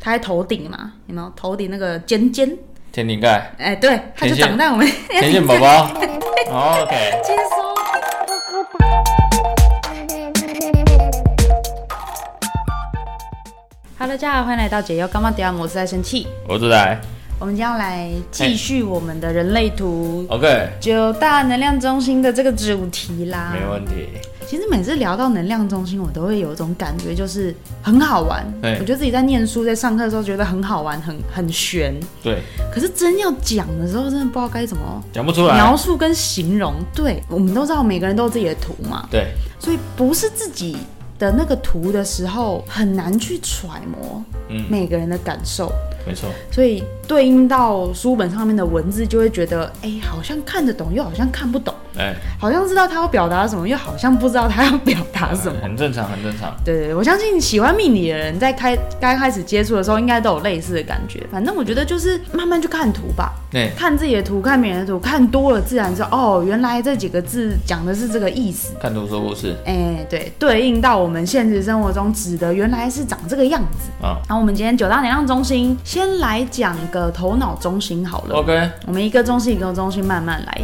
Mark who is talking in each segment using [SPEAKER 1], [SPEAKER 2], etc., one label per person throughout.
[SPEAKER 1] 它在头顶嘛，有没有？头顶那个尖尖，
[SPEAKER 2] 天灵盖，
[SPEAKER 1] 哎、对，它就
[SPEAKER 2] 天线
[SPEAKER 1] 长在我们
[SPEAKER 2] 天线宝宝。 哦 OK，
[SPEAKER 1] 接收。Hello，大家好，欢迎来到解忧干嘛？迪亚模式在生气。
[SPEAKER 2] 我是来
[SPEAKER 1] 我们将要来继续我们的人类图
[SPEAKER 2] OK，
[SPEAKER 1] 九大能量中心的这个主题啦。
[SPEAKER 2] 没问题。
[SPEAKER 1] 其实每次聊到能量中心，我都会有一种感觉，就是很好玩。
[SPEAKER 2] 对
[SPEAKER 1] 我觉得自己在念书、在上课的时候觉得很好玩，很很悬。
[SPEAKER 2] 对，
[SPEAKER 1] 可是真要讲的时候，真的不知道该怎么
[SPEAKER 2] 讲不出来。
[SPEAKER 1] 描述跟形容。对，我们都知道每个人都有自己的图嘛，
[SPEAKER 2] 对，
[SPEAKER 1] 所以不是自己的那个图的时候，很难去揣摩
[SPEAKER 2] 嗯，
[SPEAKER 1] 每个人的感受。
[SPEAKER 2] 没错，
[SPEAKER 1] 所以对应到书本上面的文字，就会觉得，哎、好像看得懂，又好像看不懂，
[SPEAKER 2] 哎，
[SPEAKER 1] 好像知道他要表达什么，又好像不知道他要表达什么。
[SPEAKER 2] 很正常，很正常。
[SPEAKER 1] 对对，对我相信喜欢命理的人在开刚开始接触的时候，应该都有类似的感觉。反正我觉得就是慢慢去看图吧，
[SPEAKER 2] 对，
[SPEAKER 1] 看自己的图，看别人的图，看多了自然知道哦，原来这几个字讲的是这个意思。
[SPEAKER 2] 看图说故事
[SPEAKER 1] 哎，对，对应到我们现实生活中指的原来是长这个样子。
[SPEAKER 2] 啊。
[SPEAKER 1] 然后我们今天九大能量中心，先来讲个头脑中心好了。
[SPEAKER 2] OK，
[SPEAKER 1] 我们一个中心一个中心慢慢来。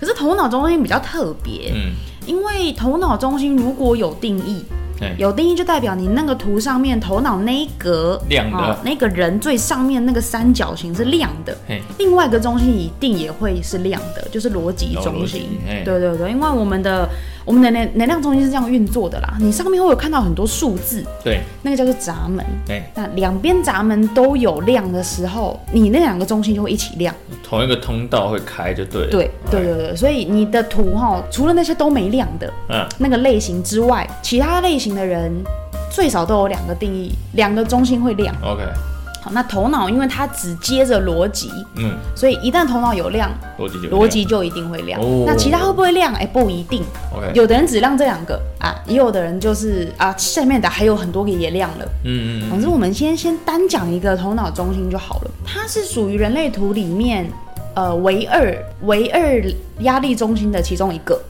[SPEAKER 1] 可是头脑中心比较特别，
[SPEAKER 2] 嗯，
[SPEAKER 1] 因为头脑中心如果有定义，
[SPEAKER 2] 对，
[SPEAKER 1] 有定义就代表你那个图上面头脑那一格哦
[SPEAKER 2] 亮的
[SPEAKER 1] 那个人最上面那个三角形是亮的，
[SPEAKER 2] 嘿，
[SPEAKER 1] 另外一个中心一定也会是亮的，就是逻辑中心
[SPEAKER 2] 哦逻辑。嘿
[SPEAKER 1] 对对对，因为我们的我们的能能量中心是这样运作的啦，你上面会有看到很多数字，
[SPEAKER 2] 对，
[SPEAKER 1] 那个叫做闸门。
[SPEAKER 2] 哎，
[SPEAKER 1] 那两边闸门都有亮的时候，你那两个中心就会一起亮。
[SPEAKER 2] 同一个通道会开就对了。
[SPEAKER 1] 对对对对，所以你的图哈，除了那些都没亮的，
[SPEAKER 2] 嗯，
[SPEAKER 1] 那个类型之外，其他类型的人最少都有两个定义，两个中心会亮。
[SPEAKER 2] 嗯 OK，
[SPEAKER 1] 好，那头脑因为它只接着逻辑，
[SPEAKER 2] 嗯，
[SPEAKER 1] 所以一旦头脑有亮，
[SPEAKER 2] 逻辑就
[SPEAKER 1] 逻辑就一定会亮。
[SPEAKER 2] 哦
[SPEAKER 1] 那其他会不会亮？哎、不一定。
[SPEAKER 2] OK，
[SPEAKER 1] 有的人只亮这两个啊，也有的人就是啊，下面的还有很多个也亮了。
[SPEAKER 2] 嗯嗯嗯，
[SPEAKER 1] 反正我们先先单讲一个头脑中心就好了，它是属于人类图里面呃唯二唯二压力中心的其中一个。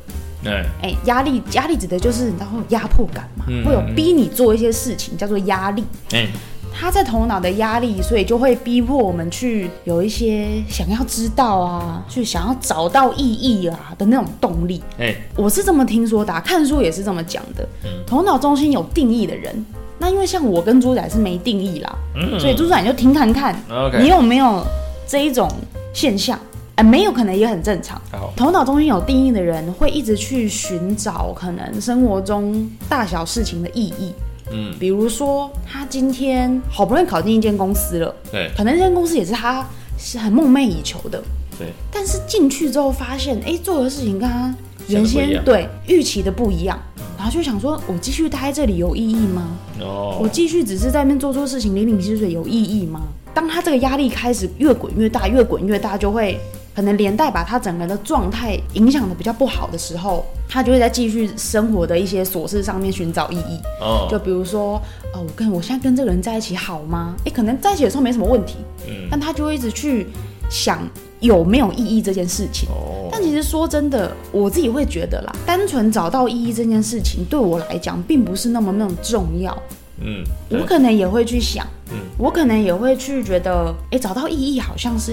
[SPEAKER 2] 对，
[SPEAKER 1] 哎，压力压力指的就是你知道会有压迫感嘛，
[SPEAKER 2] 嗯
[SPEAKER 1] 会有逼你做一些事情，叫做压力。
[SPEAKER 2] 哎，
[SPEAKER 1] 它在头脑的压力，所以就会逼迫我们去有一些想要知道啊，去想要找到意义啊的那种动力。
[SPEAKER 2] 哎，
[SPEAKER 1] 我是这么听说的啊、看书也是这么讲的。
[SPEAKER 2] 嗯
[SPEAKER 1] 头脑中心有定义的人，那因为像我跟猪仔是没定义啦，
[SPEAKER 2] 嗯
[SPEAKER 1] 所以猪仔你就听看看，
[SPEAKER 2] OK
[SPEAKER 1] 你有没有这一种现象？哎、没有可能也很正常。
[SPEAKER 2] 好，
[SPEAKER 1] 头脑中心有定义的人，会一直去寻找可能生活中大小事情的意义。
[SPEAKER 2] 嗯，
[SPEAKER 1] 比如说，他今天好不容易考进一间公司了，
[SPEAKER 2] 对
[SPEAKER 1] 可能这间公司也是他是很梦寐以求的，
[SPEAKER 2] 对，
[SPEAKER 1] 但是进去之后发现，哎、做的事情跟他原
[SPEAKER 2] 想的不一
[SPEAKER 1] 先
[SPEAKER 2] 样
[SPEAKER 1] 对预期的不一样，然后就想说，我继续待在这里有意义吗？我
[SPEAKER 2] 哦，
[SPEAKER 1] 继续只是在那边做做事情，领领薪水有意义吗？当他这个压力开始越滚越大，越滚越大，就会可能连带把他整个人的状态影响的比较不好的时候，他就会在继续生活的一些琐事上面寻找意义。
[SPEAKER 2] 哦，
[SPEAKER 1] 就比如说，呃，我跟我现在跟这个人在一起好吗？诶，可能在一起的时候没什么问题，
[SPEAKER 2] 嗯，
[SPEAKER 1] 但他就会一直去想有没有意义这件事情。
[SPEAKER 2] 哦，
[SPEAKER 1] 但其实说真的，我自己会觉得啦，单纯找到意义这件事情对我来讲，并不是那么那么重要。
[SPEAKER 2] 嗯，
[SPEAKER 1] 我
[SPEAKER 2] 对，
[SPEAKER 1] 可能也会去想，
[SPEAKER 2] 嗯
[SPEAKER 1] 我可能也会去觉得，哎、找到意义好像是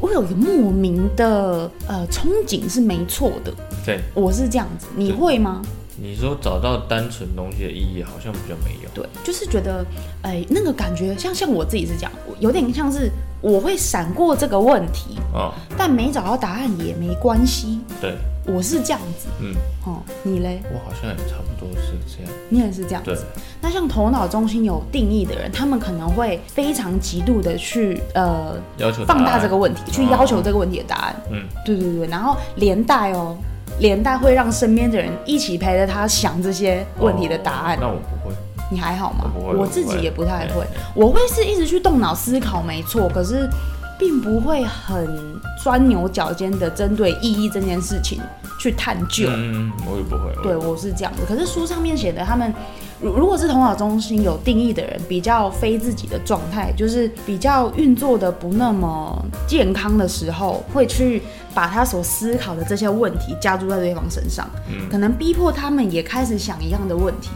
[SPEAKER 1] 我有一个莫名的呃憧憬是没错的，
[SPEAKER 2] 对，
[SPEAKER 1] 我是这样子，你会吗？
[SPEAKER 2] 你说找到单纯东西的意义，好像比较没有。
[SPEAKER 1] 对，就是觉得，哎、那个感觉像像我自己是这样，我有点像是我会闪过这个问题，
[SPEAKER 2] 哦，
[SPEAKER 1] 但没找到答案也没关系，
[SPEAKER 2] 对，
[SPEAKER 1] 我是这样子，
[SPEAKER 2] 嗯，
[SPEAKER 1] 哦，你嘞，
[SPEAKER 2] 我好像也差不多是这样。
[SPEAKER 1] 你也是这样
[SPEAKER 2] 对
[SPEAKER 1] 子。，那像头脑中心有定义的人，他们可能会非常极度的去呃
[SPEAKER 2] 要求答
[SPEAKER 1] 放
[SPEAKER 2] 案
[SPEAKER 1] 大这个问题，去要求这个问题的答案。
[SPEAKER 2] 嗯，
[SPEAKER 1] 对对对，然后连带哦，连带会让身边的人一起陪着他想这些问题的答案。
[SPEAKER 2] 哦那我不会。
[SPEAKER 1] 你还好吗？
[SPEAKER 2] 我不会哎
[SPEAKER 1] 自己也不太
[SPEAKER 2] 我不
[SPEAKER 1] 会
[SPEAKER 2] 会，
[SPEAKER 1] 我会是一直去动脑思考，没错，可是并不会很钻牛角尖的针对意义这件事情去探究。
[SPEAKER 2] 嗯，我也不会。
[SPEAKER 1] 对，
[SPEAKER 2] 我
[SPEAKER 1] 我是这样子。可是书上面写的，他们如如果是头脑中心有定义的人，比较非自己的状态，就是比较运作的不那么健康的时候，会去把他所思考的这些问题加注在对方身上，可能逼迫他们也开始想一样的问题，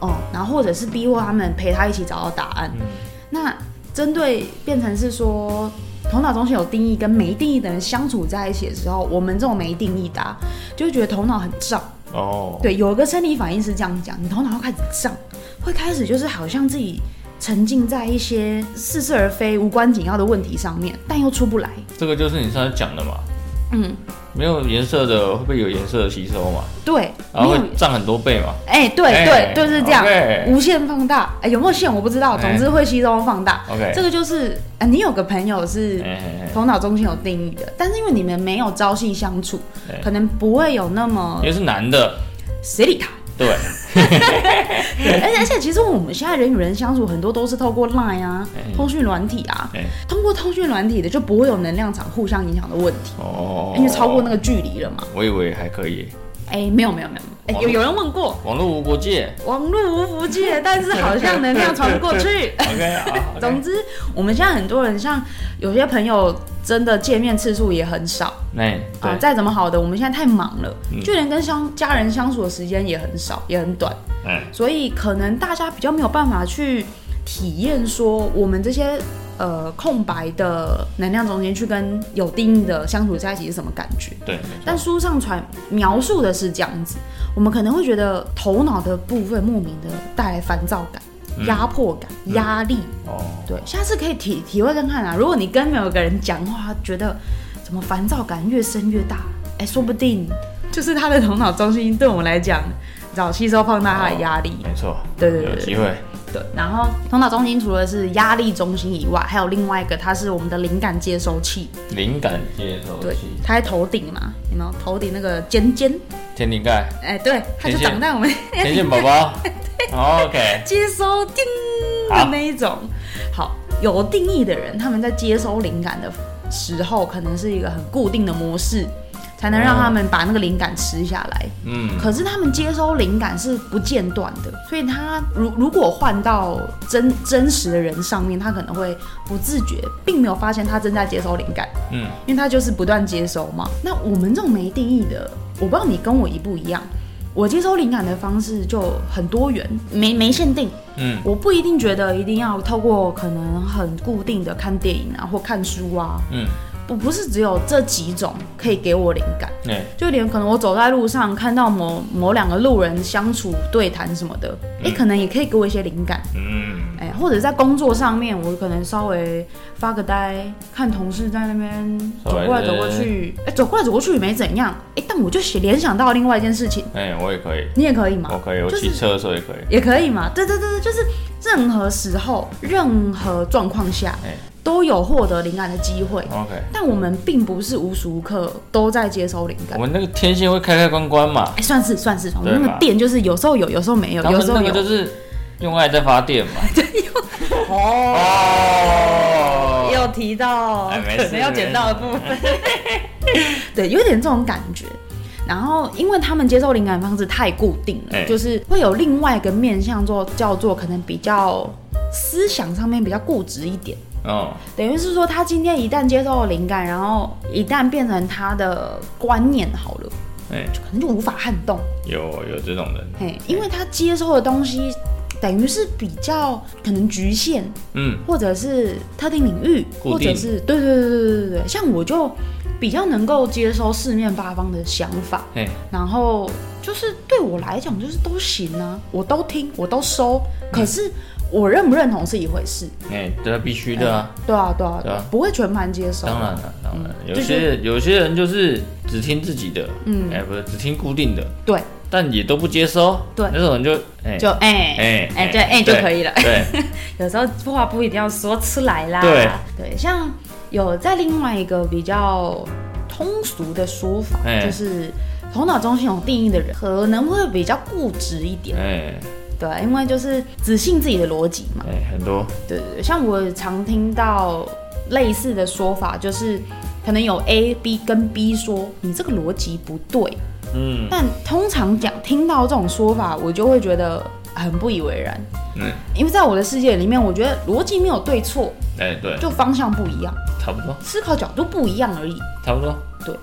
[SPEAKER 1] 哦、然后或者是逼迫他们陪他一起找到答案。那针对变成是说头脑中心有定义跟没定义的人相处在一起的时候，我们这种没定义的、啊、就会觉得头脑很胀。
[SPEAKER 2] 哦，
[SPEAKER 1] 对，有一个生理反应是这样讲，你头脑会开始胀，会开始就是好像自己沉浸在一些似是而非、无关紧要的问题上面，但又出不来。
[SPEAKER 2] 这个就是你上次讲的嘛，
[SPEAKER 1] 嗯，
[SPEAKER 2] 没有颜色的会不会有颜色的吸收嘛？
[SPEAKER 1] 对，
[SPEAKER 2] 然
[SPEAKER 1] 没
[SPEAKER 2] 后
[SPEAKER 1] 有
[SPEAKER 2] 会涨很多倍嘛？
[SPEAKER 1] 哎、对
[SPEAKER 2] 哦哎
[SPEAKER 1] 对对，就是这样
[SPEAKER 2] OK
[SPEAKER 1] 无限放大。哎、有没有线我不知道，
[SPEAKER 2] 哎
[SPEAKER 1] 总之会吸收放大。
[SPEAKER 2] OK
[SPEAKER 1] 这个就是，哎、你有个朋友是
[SPEAKER 2] 哎哎
[SPEAKER 1] 头脑中心有定义的，但是因为你们没有朝夕相处，
[SPEAKER 2] 哎
[SPEAKER 1] 可能不会有那么
[SPEAKER 2] 哎，也是男的，
[SPEAKER 1] 谁理他。
[SPEAKER 2] 对，
[SPEAKER 1] 对，而且而且，其实我们现在人与人相处很多都是透过 Line 啊、
[SPEAKER 2] 哎
[SPEAKER 1] 通讯软体啊，
[SPEAKER 2] 哎
[SPEAKER 1] 通过通讯软体的就不会有能量场互相影响的问题，
[SPEAKER 2] 哦，
[SPEAKER 1] 因为哎超过那个距离了嘛。
[SPEAKER 2] 我以为还可以，
[SPEAKER 1] 哎、没有没有没有，哎、有有人问过
[SPEAKER 2] 网络无国界。
[SPEAKER 1] 网络无福界， 但是好像能量传不过去。
[SPEAKER 2] OK 啊，OK
[SPEAKER 1] 总之，我们现在很多人像有些朋友真的见面次数也很少
[SPEAKER 2] 那
[SPEAKER 1] 啊，
[SPEAKER 2] 对，
[SPEAKER 1] 再怎么好的，我们现在太忙了，
[SPEAKER 2] 嗯
[SPEAKER 1] 就连跟相家人相处的时间也很少，也很短，
[SPEAKER 2] 嗯，
[SPEAKER 1] 所以可能大家比较没有办法去体验说我们这些呃空白的能量中间去跟有定义的相处在一起是什么感觉。
[SPEAKER 2] 对，没错
[SPEAKER 1] 但书上传描述的是这样子，我们可能会觉得头脑的部分莫名的带来烦躁感、压迫感、压力。
[SPEAKER 2] 哦，
[SPEAKER 1] 对，下次可以体体会看看啊。如果你跟某个人讲话，觉得怎么烦躁感越深越大，哎、说不定就是他的头脑中心对我们来讲，早吸收放大他的压力。
[SPEAKER 2] 没错，
[SPEAKER 1] 对对对
[SPEAKER 2] 有
[SPEAKER 1] 对
[SPEAKER 2] 机会，
[SPEAKER 1] 对，然后头脑中心除了是压力中心以外，还有另外一个，它是我们的灵感接收器。
[SPEAKER 2] 灵感接收
[SPEAKER 1] 对
[SPEAKER 2] 器，，
[SPEAKER 1] 它在头顶嘛，有没有？头顶那个尖尖，
[SPEAKER 2] 天灵盖，
[SPEAKER 1] 哎、对，它就
[SPEAKER 2] 天线
[SPEAKER 1] 长在我们
[SPEAKER 2] 天线 宝宝，OK，
[SPEAKER 1] 接收叮的
[SPEAKER 2] 好
[SPEAKER 1] 那一种。好，有定义的人，他们在接收灵感的时候，可能是一个很固定的模式，才能让
[SPEAKER 2] 哦
[SPEAKER 1] 他们把那个灵感吃下来。
[SPEAKER 2] 嗯，
[SPEAKER 1] 可是他们接收灵感是不间断的，所以他如如果换到真真实的人上面，他可能会不自觉，并没有发现他正在接收灵感，
[SPEAKER 2] 嗯，
[SPEAKER 1] 因为他就是不断接收嘛。那我们这种没定义的，我不知道你跟我一不一样，我接收灵感的方式就很多元，没没限定，
[SPEAKER 2] 嗯，
[SPEAKER 1] 我不一定觉得一定要透过可能很固定的看电影啊或看书啊，
[SPEAKER 2] 嗯，
[SPEAKER 1] 不不是只有这几种可以给我灵感。
[SPEAKER 2] 对，
[SPEAKER 1] 就连可能我走在路上看到某某两个路人相处对谈什么的，哎、可能也可以给我一些灵感，
[SPEAKER 2] 嗯，
[SPEAKER 1] 哎、或者在工作上面，我可能稍微发个呆，看同事在那边
[SPEAKER 2] 稍
[SPEAKER 1] 走
[SPEAKER 2] 微
[SPEAKER 1] 过来走过去，哎、走过来走过去也没怎样，哎、但我就写联想到另外一件事情，
[SPEAKER 2] 哎，我也可以，
[SPEAKER 1] 你也可以吗？
[SPEAKER 2] 我可以，我
[SPEAKER 1] 就是
[SPEAKER 2] 骑车的时候也可以，
[SPEAKER 1] 也可以嘛，对对对对，就是任何时候、任何状况下
[SPEAKER 2] 哎
[SPEAKER 1] 都有获得灵感的机会，
[SPEAKER 2] ，OK，
[SPEAKER 1] 但我们并不是无时无刻都在接收灵
[SPEAKER 2] 我
[SPEAKER 1] 感。
[SPEAKER 2] 们那个天线会开开关关嘛，
[SPEAKER 1] 哎，算是算是，我
[SPEAKER 2] 对
[SPEAKER 1] 们那
[SPEAKER 2] 嘛
[SPEAKER 1] 个电就是有时候有，有时候没有，
[SPEAKER 2] 他
[SPEAKER 1] 有
[SPEAKER 2] 们
[SPEAKER 1] 时
[SPEAKER 2] 那
[SPEAKER 1] 候
[SPEAKER 2] 个就
[SPEAKER 1] 有。
[SPEAKER 2] 是用爱在发电 嘛，哦，
[SPEAKER 1] 有提到
[SPEAKER 2] 哎没事
[SPEAKER 1] 可能要捡到的部分， 对，有点这种感觉。然后，因为他们接受灵感方式太固定了，
[SPEAKER 2] 哎
[SPEAKER 1] 就是会有另外一个面向做叫做可能比较思想上面比较固执一点。
[SPEAKER 2] 哦，
[SPEAKER 1] 等于是说，他今天一旦接受了灵感，然后一旦变成他的观念好了，
[SPEAKER 2] 哎，
[SPEAKER 1] 就可能就无法撼动，
[SPEAKER 2] 有有这种人，
[SPEAKER 1] 嘿，因为他接收的东西等于是比较可能局限，
[SPEAKER 2] 嗯，
[SPEAKER 1] 或者是特定领域，
[SPEAKER 2] 固定
[SPEAKER 1] 或者是对对对对对对对，像我就比较能够接收四面八方的想法，
[SPEAKER 2] 嘿，
[SPEAKER 1] 然后就是对我来讲就是都行啊，我都听，我都收，
[SPEAKER 2] 嗯
[SPEAKER 1] 可是我认不认同是一回事，
[SPEAKER 2] 哎，这必须的啊。
[SPEAKER 1] 对啊对啊
[SPEAKER 2] 对啊
[SPEAKER 1] 不会全盘接收，
[SPEAKER 2] 当然了，当然，有
[SPEAKER 1] 嗯就
[SPEAKER 2] 些
[SPEAKER 1] 是
[SPEAKER 2] 有些人就是只听自己的，嗯，哎，不是只听固定的，
[SPEAKER 1] 对。
[SPEAKER 2] 但也都不接收，
[SPEAKER 1] 对
[SPEAKER 2] 那种人就哎
[SPEAKER 1] 就哎
[SPEAKER 2] 哎
[SPEAKER 1] 哎就哎就可以了。
[SPEAKER 2] 对，
[SPEAKER 1] 有时候话不一定要说出来啦。
[SPEAKER 2] 对
[SPEAKER 1] 对，像有在另外一个比较通俗的说法，
[SPEAKER 2] 哎
[SPEAKER 1] 就是头脑中心有定义的人可能会比较固执一点，
[SPEAKER 2] 哎
[SPEAKER 1] 对，因为就是只信自己的逻辑嘛。
[SPEAKER 2] 哎很多，
[SPEAKER 1] 对对对，像我常听到类似的说法，就是可能有 A、B 跟 B 说你这个逻辑不对，
[SPEAKER 2] 嗯
[SPEAKER 1] 但通常讲听到这种说法，我就会觉得很不以为然。
[SPEAKER 2] 嗯，
[SPEAKER 1] 因为在我的世界里面，我觉得逻辑没有对错，
[SPEAKER 2] 哎对，
[SPEAKER 1] 就方向不一样，
[SPEAKER 2] 差不多
[SPEAKER 1] 思考角度不一样而已。
[SPEAKER 2] 差不多，
[SPEAKER 1] 对，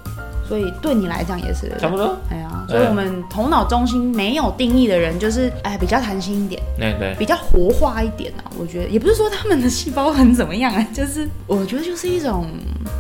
[SPEAKER 1] 所以对你来讲也是。
[SPEAKER 2] 差不多。
[SPEAKER 1] 哎呀，
[SPEAKER 2] 哎
[SPEAKER 1] 所以我们头脑中心没有定义的人，就是哎比较弹性一点，
[SPEAKER 2] 那哎对，
[SPEAKER 1] 比较活化一点啊。我觉得也不是说他们的细胞很怎么样啊， 就是我觉得就是一种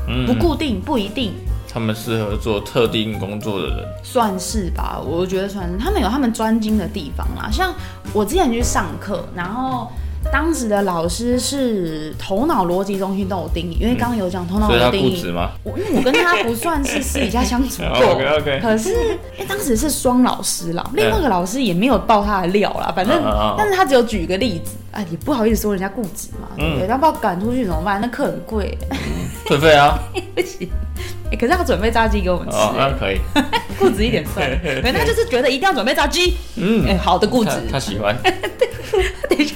[SPEAKER 2] 嗯，
[SPEAKER 1] 不固定、不一定，
[SPEAKER 2] 他们适合做特定工作的人，
[SPEAKER 1] 算是吧，我觉得算是。他们有他们专精的地方啦，像我之前去上课，然后当时的老师是头脑逻辑中心都有定义，因为刚刚有讲头脑
[SPEAKER 2] 嗯所以他
[SPEAKER 1] 有定
[SPEAKER 2] 固
[SPEAKER 1] 义
[SPEAKER 2] 执，吗哦
[SPEAKER 1] 我因为我跟他不算是私底下相处 过。
[SPEAKER 2] ？OK OK，
[SPEAKER 1] 可是，因为当时是双老师啦，另外一个老师也没有爆他的料啦，反正
[SPEAKER 2] 嗯嗯嗯，
[SPEAKER 1] 但是他只有举一个例子，哎，也不好意思说人家固执嘛，对
[SPEAKER 2] 嗯
[SPEAKER 1] 不对？他把我赶出去怎么办？那课很贵，
[SPEAKER 2] 退费啊，
[SPEAKER 1] 不行。哎可是他准备炸鸡给我们吃、
[SPEAKER 2] 哦，那可以，
[SPEAKER 1] 固执一点算 了，反正他就是觉得一定要准备炸鸡，哎、
[SPEAKER 2] 嗯，嗯
[SPEAKER 1] 好的固执
[SPEAKER 2] 他。他 喜欢，
[SPEAKER 1] 等一下，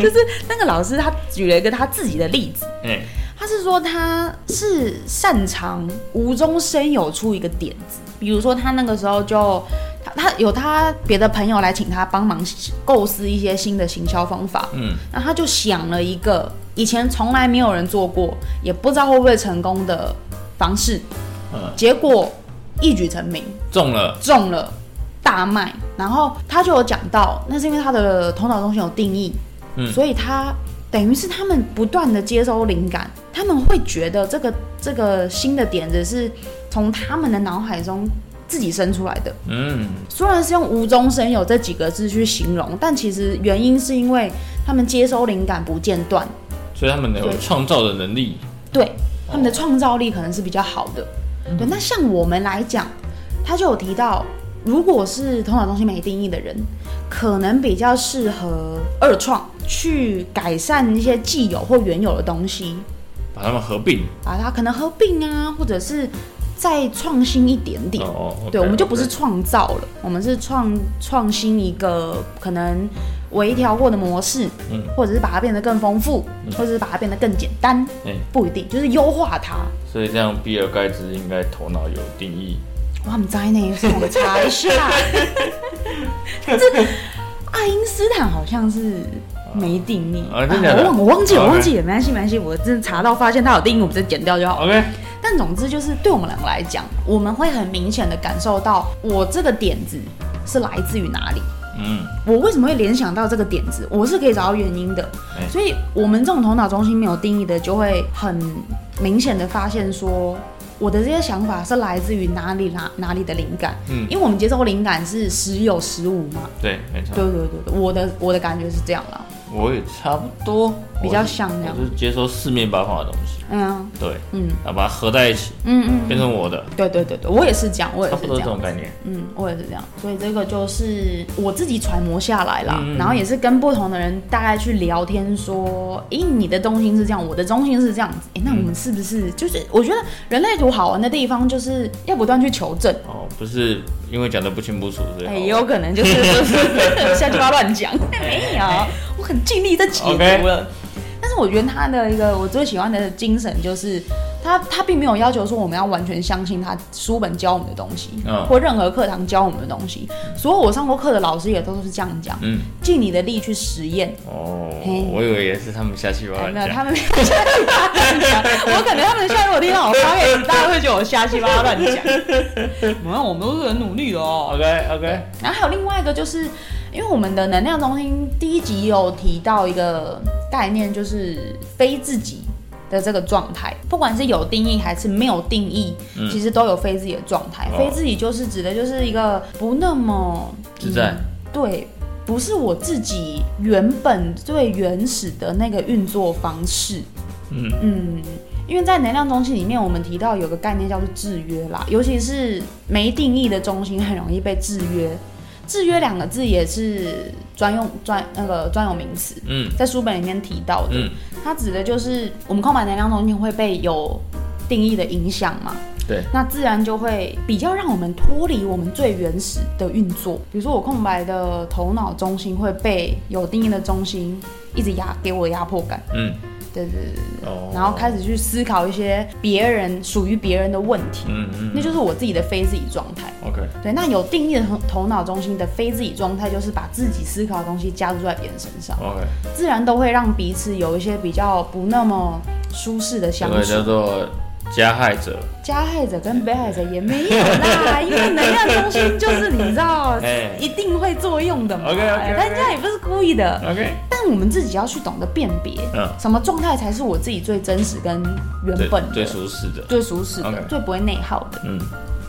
[SPEAKER 1] 就是那个老师他举了一个他自己的例子，
[SPEAKER 2] 哎，
[SPEAKER 1] 他是说他是擅长无中生有出一个点子，比如说他那个时候就。他他有他别的朋友来请他帮忙构思一些新的行销方法，
[SPEAKER 2] 嗯，
[SPEAKER 1] 那他就想了一个以前从来没有人做过，也不知道会不会成功的方式，
[SPEAKER 2] 嗯
[SPEAKER 1] 结果一举成名。
[SPEAKER 2] 中了，
[SPEAKER 1] 中了大卖，然后他就有讲到，那是因为他的头脑中心有定义，
[SPEAKER 2] 嗯
[SPEAKER 1] 所以他等于是他们不断的接收灵感，他们会觉得这个这个新的点子是从他们的脑海中自己生出来的。
[SPEAKER 2] 嗯，
[SPEAKER 1] 虽然是用无中生有这几个字去形容，但其实原因是因为他们接收灵感不间断，
[SPEAKER 2] 所以他们有
[SPEAKER 1] 对
[SPEAKER 2] 创造的能力，
[SPEAKER 1] 对，
[SPEAKER 2] 哦
[SPEAKER 1] 他们的创造力可能是比较好的。
[SPEAKER 2] 嗯
[SPEAKER 1] 对，那像我们来讲，他就有提到，如果是头脑中心没定义的人，可能比较适合二创，去改善一些既有或原有的东西，
[SPEAKER 2] 把他们合并，
[SPEAKER 1] 把它可能合并啊，或者是再创新一点点。
[SPEAKER 2] 哦哦，
[SPEAKER 1] 对，
[SPEAKER 2] OK，
[SPEAKER 1] 我们就不是
[SPEAKER 2] OK
[SPEAKER 1] 创造了，我们是创创新一个可能微调过的模式，
[SPEAKER 2] 嗯
[SPEAKER 1] 或者是把它变得更丰富，或者是把它变得更简单，
[SPEAKER 2] 哎
[SPEAKER 1] 不一定，就是优化它。
[SPEAKER 2] 所以这样比尔盖茨应该头脑有定义，
[SPEAKER 1] 哇，唔知呢，上网查一下。这爱因斯坦好像是没定义，
[SPEAKER 2] 啊真的假的
[SPEAKER 1] 我忘我忘记了，
[SPEAKER 2] OK
[SPEAKER 1] 我忘记了，没关系没关系，我真的查到发现他有定义，我们再剪掉就好了。
[SPEAKER 2] OK，
[SPEAKER 1] 但总之就是对我们两个来讲，我们会很明显的感受到我这个点子是来自于哪里。
[SPEAKER 2] 嗯，
[SPEAKER 1] 我为什么会联想到这个点子？我是可以找到原因的
[SPEAKER 2] 哎。
[SPEAKER 1] 所以，我们这种头脑中心没有定义的，就会很明显的发现说，我的这些想法是来自于哪里哪哪里的灵感。
[SPEAKER 2] 嗯
[SPEAKER 1] 因为我们接受灵感是时有时无嘛。
[SPEAKER 2] 对，没错，
[SPEAKER 1] 对对对对，我的我的感觉是这样啦。
[SPEAKER 2] 我也差不多，
[SPEAKER 1] 比较
[SPEAKER 2] 我是
[SPEAKER 1] 像那样
[SPEAKER 2] 我是接收四面八方的东西，
[SPEAKER 1] 嗯啊
[SPEAKER 2] 对，
[SPEAKER 1] 嗯
[SPEAKER 2] 然后把它合在一起，
[SPEAKER 1] 嗯嗯，
[SPEAKER 2] 变成我的，
[SPEAKER 1] 对对对对，我也是这样，我也
[SPEAKER 2] 差
[SPEAKER 1] 是
[SPEAKER 2] 不
[SPEAKER 1] 这
[SPEAKER 2] 多这
[SPEAKER 1] 样
[SPEAKER 2] 种。概念，
[SPEAKER 1] 嗯，我也是这样，所以这个就是我自己揣摩下来啦，
[SPEAKER 2] 嗯嗯嗯
[SPEAKER 1] 然后也是跟不同的人大概去聊天，说，诶，你的中心是这样，我的中心是这样子，诶，那我们是不是、就是我觉得人类图好玩的地方就是要不断去求证，
[SPEAKER 2] 哦，不是因为讲的不清不楚，所
[SPEAKER 1] 诶，
[SPEAKER 2] 以好
[SPEAKER 1] 哎也有可能 就是瞎鸡巴乱讲，哎没有，
[SPEAKER 2] 哎
[SPEAKER 1] 我很尽力在解读了。但是我觉得他的一个我最喜欢的精神就是，他他并没有要求说我们要完全相信他书本教我们的东西，
[SPEAKER 2] 嗯
[SPEAKER 1] 或任何课堂教我们的东西。所有我上过课的老师也都是这样讲，
[SPEAKER 2] 嗯，
[SPEAKER 1] 尽你的力去实验。
[SPEAKER 2] 哦
[SPEAKER 1] 嘿，
[SPEAKER 2] 我以为也是他们下去
[SPEAKER 1] 哎
[SPEAKER 2] 玩
[SPEAKER 1] 没有，他们没有瞎鸡巴乱讲，我 感觉他们下如果听到我发言，大家会觉得我瞎鸡巴乱讲。没有，我们都是很努力的哦。
[SPEAKER 2] ，OK OK，
[SPEAKER 1] 然后还有另外一个，就是因为我们的能量中心第一集有提到一个概念，就是非自己的这个状态，不管是有定义还是没有定义，
[SPEAKER 2] 嗯
[SPEAKER 1] 其实都有非自己的状态。
[SPEAKER 2] 哦
[SPEAKER 1] 非自己就是指的就是一个不那么
[SPEAKER 2] 自在，
[SPEAKER 1] 对。不是我自己原本最原始的那个运作方式，
[SPEAKER 2] 嗯
[SPEAKER 1] 嗯，因为在能量中心里面，我们提到有个概念叫做制约啦，尤其是没定义的中心很容易被制约。制约两个字也是专用专那个专有名词，
[SPEAKER 2] 嗯
[SPEAKER 1] 在书本里面提到的，
[SPEAKER 2] 嗯，
[SPEAKER 1] 它指的就是我们空白能量中心会被有定义的影响嘛，
[SPEAKER 2] 对，
[SPEAKER 1] 那自然就会比较让我们脱离我们最原始的运作。比如说我空白的头脑中心会被有定义的中心一直压给我压迫感，
[SPEAKER 2] 嗯，
[SPEAKER 1] 对对对对。
[SPEAKER 2] 哦，
[SPEAKER 1] 然后开始去思考一些别人属于别人的问题，
[SPEAKER 2] 嗯嗯
[SPEAKER 1] 那就是我自己的非自己状态。
[SPEAKER 2] ，OK，
[SPEAKER 1] 对，那有定义的头头脑中心的非自己状态，就是把自己思考的东西加注在别人身上，
[SPEAKER 2] OK，
[SPEAKER 1] 自然都会让彼此有一些比较不那么舒适的
[SPEAKER 2] 这
[SPEAKER 1] 相
[SPEAKER 2] 个叫
[SPEAKER 1] 处。
[SPEAKER 2] 做加害者，
[SPEAKER 1] 加害者跟被害者也没有啦，因为能量中心就是你知道
[SPEAKER 2] 哎
[SPEAKER 1] 一定会作用的嘛。
[SPEAKER 2] OK，OK，OK
[SPEAKER 1] 人家也不是故意的，
[SPEAKER 2] ，OK，
[SPEAKER 1] 但我们自己要去懂得辨别，
[SPEAKER 2] 嗯
[SPEAKER 1] 什么状态才是我自己最真实跟原
[SPEAKER 2] 最
[SPEAKER 1] 本的、
[SPEAKER 2] 最舒适的，
[SPEAKER 1] 最舒适的、
[SPEAKER 2] OK
[SPEAKER 1] 最不会内耗的。
[SPEAKER 2] 嗯，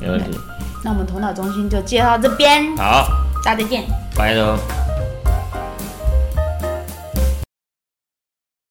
[SPEAKER 2] 没问题，
[SPEAKER 1] 那我们头脑中心就介绍到这边，
[SPEAKER 2] 好，
[SPEAKER 1] 大家再见。
[SPEAKER 2] 拜喽。